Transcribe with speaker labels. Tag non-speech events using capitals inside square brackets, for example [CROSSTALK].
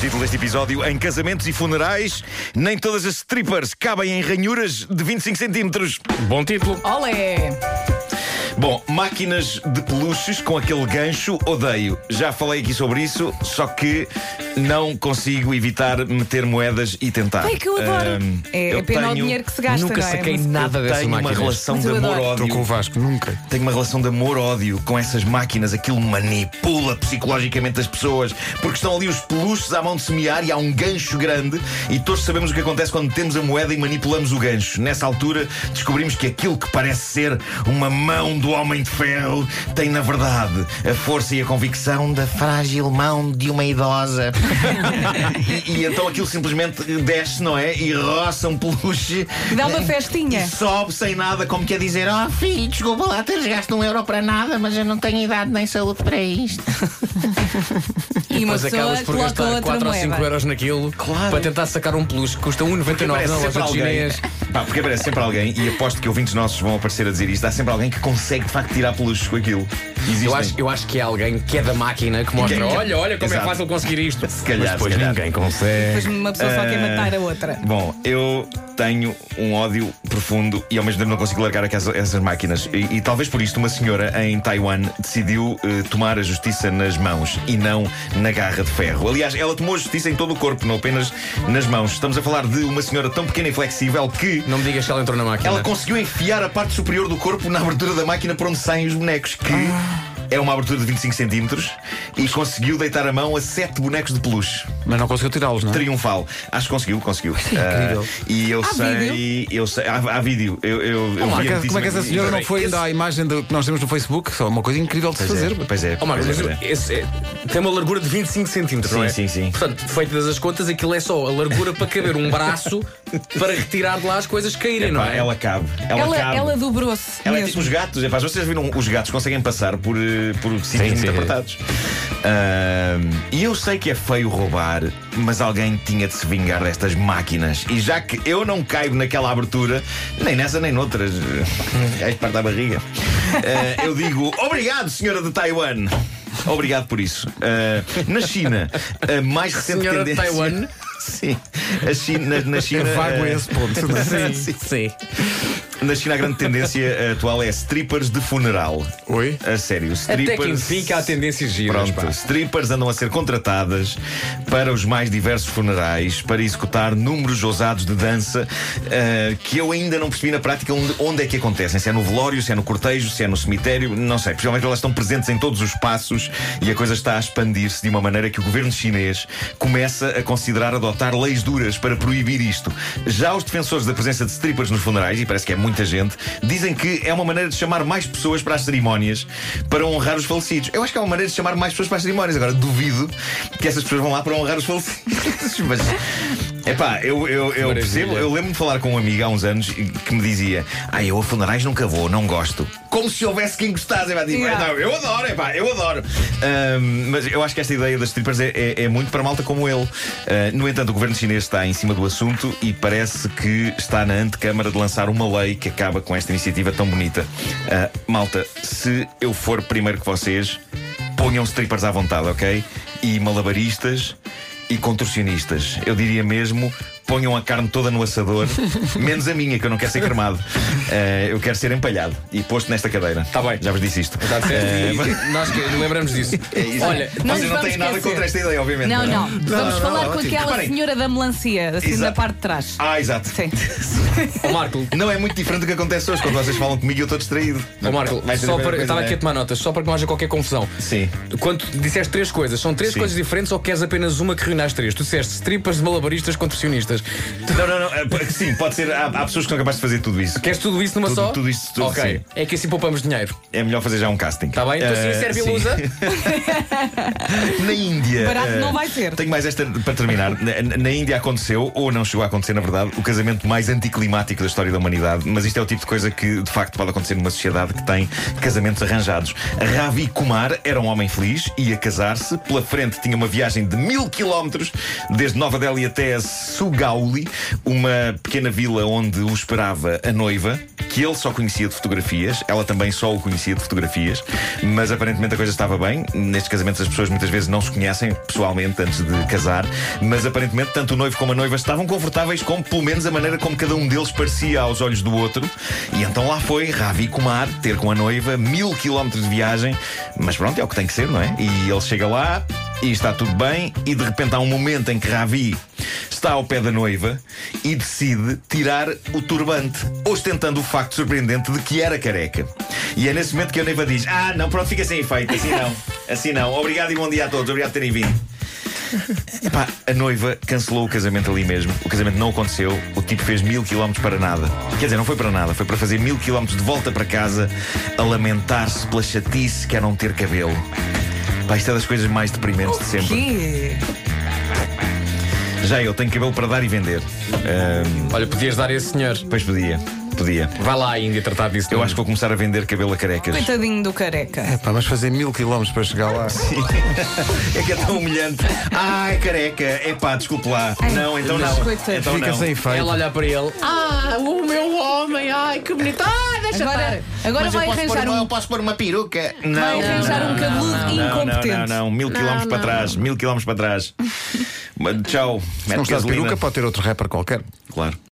Speaker 1: título deste episódio: Em casamentos e funerais, nem todas as strippers cabem em ranhuras de 25 centímetros.
Speaker 2: Bom título.
Speaker 3: Olé!
Speaker 1: Bom, máquinas de peluches com aquele gancho, odeio. Já falei aqui sobre isso, só que não consigo evitar meter moedas e tentar.
Speaker 3: Ai, que eu adoro.
Speaker 1: Ahm,
Speaker 3: É- é
Speaker 1: eu
Speaker 3: pena o
Speaker 1: tenho-
Speaker 3: dinheiro que se gasta,
Speaker 2: Nunca
Speaker 3: não é?
Speaker 2: saquei
Speaker 3: Mas-
Speaker 2: nada
Speaker 1: eu
Speaker 2: dessas
Speaker 1: tenho uma
Speaker 2: máquinas.
Speaker 1: relação
Speaker 3: Mas
Speaker 1: de
Speaker 3: eu adoro.
Speaker 2: Estou com o
Speaker 1: amor-ódio.
Speaker 2: Vasco, nunca.
Speaker 1: Tenho uma relação de amor-ódio com essas máquinas, aquilo manipula psicologicamente as pessoas, porque estão ali os peluches à mão de semear e há um gancho grande, e todos sabemos o que acontece quando temos a moeda e manipulamos o gancho. Nessa altura, descobrimos que aquilo que parece ser uma mão do homem de ferro tem, na verdade, a força e a convicção da frágil mão de uma idosa. [LAUGHS] e, e então aquilo simplesmente desce, não é? E roça um peluche.
Speaker 3: Dá uma festinha.
Speaker 1: E sobe sem nada, como quer dizer, oh filho, desculpa lá teres gasto um euro para nada, mas eu não tenho idade nem saúde para isto.
Speaker 3: E uma
Speaker 2: Mas acabas
Speaker 3: pessoa
Speaker 2: por
Speaker 3: coloca
Speaker 2: gastar
Speaker 3: outra
Speaker 2: 4 ou 5
Speaker 3: moeda.
Speaker 2: euros naquilo
Speaker 1: Claro.
Speaker 2: para tentar sacar um peluche que custa 1,99 na loja de chinês.
Speaker 1: Pá, porque aparece sempre alguém, e aposto que ouvintes nossos vão aparecer a dizer isto, há sempre alguém que consegue de facto tirar peluches com aquilo. Existem.
Speaker 2: Eu acho, eu acho que é alguém que é da máquina que mostra:
Speaker 1: Quem- quem-
Speaker 2: olha, olha como
Speaker 1: Exato.
Speaker 2: é fácil conseguir isto.
Speaker 1: Se calhar,
Speaker 2: Mas depois
Speaker 1: se calhar.
Speaker 2: ninguém consegue.
Speaker 3: Depois uma pessoa só quer
Speaker 1: Eh,
Speaker 3: matar a outra.
Speaker 1: Bom, eu tenho um ódio profundo e ao mesmo tempo não consigo largar aquelas- essas máquinas. E, e talvez por isto uma senhora em Taiwan decidiu eh, tomar a justiça nas mãos e não na garra de ferro. Aliás, ela tomou a justiça em todo o corpo, não apenas nas mãos. Estamos a falar de uma senhora tão pequena e flexível que.
Speaker 2: Não me digas que ela entrou na máquina.
Speaker 1: Ela conseguiu enfiar a parte superior do corpo na abertura da máquina por onde saem os bonecos, que é uma abertura de 25 centímetros, e conseguiu deitar a mão a sete bonecos de peluche.
Speaker 4: Mas não conseguiu tirá-los, não é?
Speaker 1: Triunfal. Acho que conseguiu, conseguiu.
Speaker 2: incrível.
Speaker 1: Ah, e eu
Speaker 3: Há
Speaker 1: sei, eu sei, há, há vídeo. Eu, eu, eu
Speaker 4: Ó,
Speaker 1: vi a
Speaker 4: Marco,
Speaker 1: notícia
Speaker 4: como é que essa
Speaker 1: e-
Speaker 4: senhora
Speaker 1: e-
Speaker 4: não foi
Speaker 1: Esse-
Speaker 4: ainda à imagem do, que nós temos no Facebook? Só uma coisa incrível de se
Speaker 1: Pois é,
Speaker 4: fazer.
Speaker 1: Pois é.
Speaker 2: Oh, Marcos,
Speaker 1: pois é,
Speaker 2: mas
Speaker 1: pois é.
Speaker 2: esse é- tem uma largura de 25 centímetros,
Speaker 1: Sim,
Speaker 2: não é?
Speaker 1: sim, sim.
Speaker 2: Portanto, feitas as contas, aquilo é só a largura para caber um braço [LAUGHS] para retirar de lá as coisas caírem, não
Speaker 1: Pá,
Speaker 2: é?
Speaker 1: Ela cabe. Ela,
Speaker 3: Ela,
Speaker 1: cabe.
Speaker 3: ela dobrou-se
Speaker 1: Ela é
Speaker 3: mesmo.
Speaker 1: tipo os gatos, é, pá, vocês viram os gatos conseguem passar por, eh, por sítios muito
Speaker 2: sim.
Speaker 1: apertados. Ahm, e eu sei que é feio roubar, mas alguém tinha de se vingar destas máquinas. E já que eu não caibo naquela abertura, nem nessa nem noutras, [LAUGHS] é parte da barriga, eh, eu digo obrigado, senhora de Taiwan. Obrigado por isso. Ah, na China, a mais recente
Speaker 2: Senhora de
Speaker 1: tendência.
Speaker 2: Taiwan?
Speaker 1: [LAUGHS] Sim, a China, na China.
Speaker 4: É Vago a
Speaker 1: eh, [LAUGHS]
Speaker 4: esse ponto, não é?
Speaker 2: Sim.
Speaker 1: na China, a grande
Speaker 2: [LAUGHS]
Speaker 1: tendência atual é strippers de funeral.
Speaker 4: Oi?
Speaker 1: A sério, strippers.
Speaker 2: Até que enfim que há tendências giras,
Speaker 1: Pronto,
Speaker 2: pá.
Speaker 1: strippers andam a ser contratadas para os mais diversos funerais para executar números ousados de dança eh, que eu ainda não percebi na prática onde, onde é que acontecem. Se é no velório, se é no cortejo, se é no cemitério, não sei. Principalmente elas estão presentes em todos os passos e a coisa está a expandir-se de uma maneira que o governo chinês começa a considerar adotar leis duras para proibir isto. Já os defensores da presença de strippers nos funerais, e parece que é muita gente, dizem que é uma maneira de chamar mais pessoas para as cerimónias para honrar os falecidos. Eu acho que é uma maneira de chamar mais pessoas para as cerimónias. Agora, duvido que essas pessoas vão lá para honrar os falecidos. [LAUGHS] Mas. Epá, eu, eu, eu
Speaker 2: Maravilha.
Speaker 1: percebo, eu lembro-me de falar com um amigo há uns anos que me dizia: Ah, eu a funerais nunca vou, não gosto. Como se houvesse quem gostasse. Epá, tipo,
Speaker 3: Yeah.
Speaker 1: "Ah, não, eu adoro, epá, eu adoro. Ahm, mas eu acho que esta ideia das strippers é, é- é muito para malta como ele. Ah, no entanto, o governo chinês está em cima do assunto e parece que está na antecâmara de lançar uma lei que acaba com esta iniciativa tão bonita. Ah, malta, se eu for primeiro que vocês, ponham strippers à vontade, ok? E malabaristas e contorcionistas. Eu diria mesmo. Ponham a carne toda no
Speaker 2: [LAUGHS]
Speaker 1: assador, menos a minha, que eu não quero ser cremado. Ah, eu quero ser empalhado e posto nesta cadeira.
Speaker 2: Tá bem.
Speaker 1: Já vos disse isto.
Speaker 2: Já disseste
Speaker 1: É,
Speaker 2: e nós que lembramos disso. Olha,
Speaker 3: Não
Speaker 1: Vocês
Speaker 3: nos
Speaker 1: não
Speaker 3: vamos
Speaker 1: têm nada
Speaker 3: esquecer.
Speaker 1: contra esta ideia, obviamente. é?
Speaker 3: Não, não. Vamos
Speaker 4: não,
Speaker 3: falar com
Speaker 4: ótimo.
Speaker 3: aquela
Speaker 1: Reparem.
Speaker 3: senhora da melancia, assim na
Speaker 1: Exato.
Speaker 3: parte de trás.
Speaker 1: Ah, exato.
Speaker 3: Sim.
Speaker 2: ó Marco,
Speaker 1: Não é muito diferente do que acontece hoje. Quando vocês falam comigo, eu estou distraído.
Speaker 2: ó Marco,
Speaker 1: Vai ser a mesma
Speaker 2: só para, eu
Speaker 1: coisa, não
Speaker 2: estava
Speaker 1: é?
Speaker 2: aqui a tomar notas, só para que não haja qualquer confusão.
Speaker 1: Sim.
Speaker 2: Quando tu disseste três coisas, são três
Speaker 1: Sim.
Speaker 2: coisas diferentes ou queres apenas uma que reúne as três? Tu disseste strippers, malabaristas, contorcionistas.
Speaker 1: Não, não, não. eh, p- Sim, pode ser. Há, há pessoas que são capazes de fazer tudo isso.
Speaker 2: Queres tudo isso numa
Speaker 1: Tudo-
Speaker 2: só?
Speaker 1: tudo isso, tudo,
Speaker 2: Ok.
Speaker 1: sim.
Speaker 2: É que assim poupamos dinheiro.
Speaker 1: É melhor fazer já um casting.
Speaker 2: Está bem? Então,
Speaker 1: Eh,
Speaker 2: sim, serve a
Speaker 1: sim.
Speaker 2: lusa.
Speaker 1: [LAUGHS] Na Índia.
Speaker 3: Barato
Speaker 1: eh,
Speaker 3: não vai ser.
Speaker 1: Tenho mais esta para terminar. Na, na Índia aconteceu, ou não chegou a acontecer, na verdade, o casamento mais anticlimático da história da humanidade. Mas isto é o tipo de coisa que, de facto, pode acontecer numa sociedade que tem casamentos arranjados. Ravi Kumar era um homem feliz, ia casar-se. Pela frente tinha uma viagem de mil quilómetros, desde Nova Delhi até Sugauli, uma pequena vila onde o esperava a noiva, que ele só conhecia de fotografias, ela também só o conhecia de fotografias, mas aparentemente a coisa estava bem. Nestes casamentos as pessoas muitas vezes não se conhecem pessoalmente antes de casar, mas aparentemente tanto o noivo como a noiva estavam confortáveis com pelo menos a maneira como cada um deles parecia aos olhos do outro. E então lá foi Ravi Kumar ter com a noiva mil quilómetros de viagem, mas pronto, é o que tem que ser, não é? E ele chega lá, e está tudo bem, e de repente há um momento em que Ravi está ao pé da noiva e decide tirar o turbante, ostentando o facto surpreendente de que era careca. E é nesse momento que a noiva diz: Ah, não, pronto, fica sem efeito, assim não, assim não. Obrigado e bom dia a todos, obrigado por terem vindo. Epá, a noiva cancelou o casamento ali mesmo. O casamento não aconteceu. O tipo fez mil quilómetros para nada. Quer dizer, não foi para nada. Foi para fazer mil quilómetros de volta para casa a lamentar-se pela chatice que era não ter cabelo. Pá, isto é das coisas mais deprimentes de sempre.
Speaker 3: Quê?
Speaker 1: Já eu tenho cabelo para dar e vender. Ahm,
Speaker 2: Olha, podias dar a esse senhor.
Speaker 1: pois podia, podia.
Speaker 2: Vai lá à Índia tratar disso.
Speaker 1: Eu acho que vou começar a vender cabelo a carecas.
Speaker 3: Coitadinho do careca.
Speaker 4: É pá, mas fazer mil quilómetros para chegar lá.
Speaker 1: É que é tão humilhante. Ai, careca. Epá, desculpe lá.
Speaker 3: Ai,
Speaker 1: não, então não.
Speaker 3: mas coitado.
Speaker 1: Então
Speaker 4: Fica
Speaker 1: não.
Speaker 4: sem efeito.
Speaker 2: Ela olhar para ele. Ah, o meu homem, ai que bonito. Ah, deixa
Speaker 3: Agora, agora vai arranjar um,
Speaker 1: posso pôr uma peruca. Não,
Speaker 3: vai
Speaker 1: não,
Speaker 3: arranjar um cabeludo
Speaker 1: Não, não,
Speaker 3: incompetente.
Speaker 1: não, não. Mil quilómetros para trás. Mil quilómetros para trás. Mas Tchau.
Speaker 4: Se não
Speaker 1: Mete
Speaker 4: estás de
Speaker 1: gasolina.
Speaker 4: peruca, pode ter outro rapper qualquer.
Speaker 1: Claro.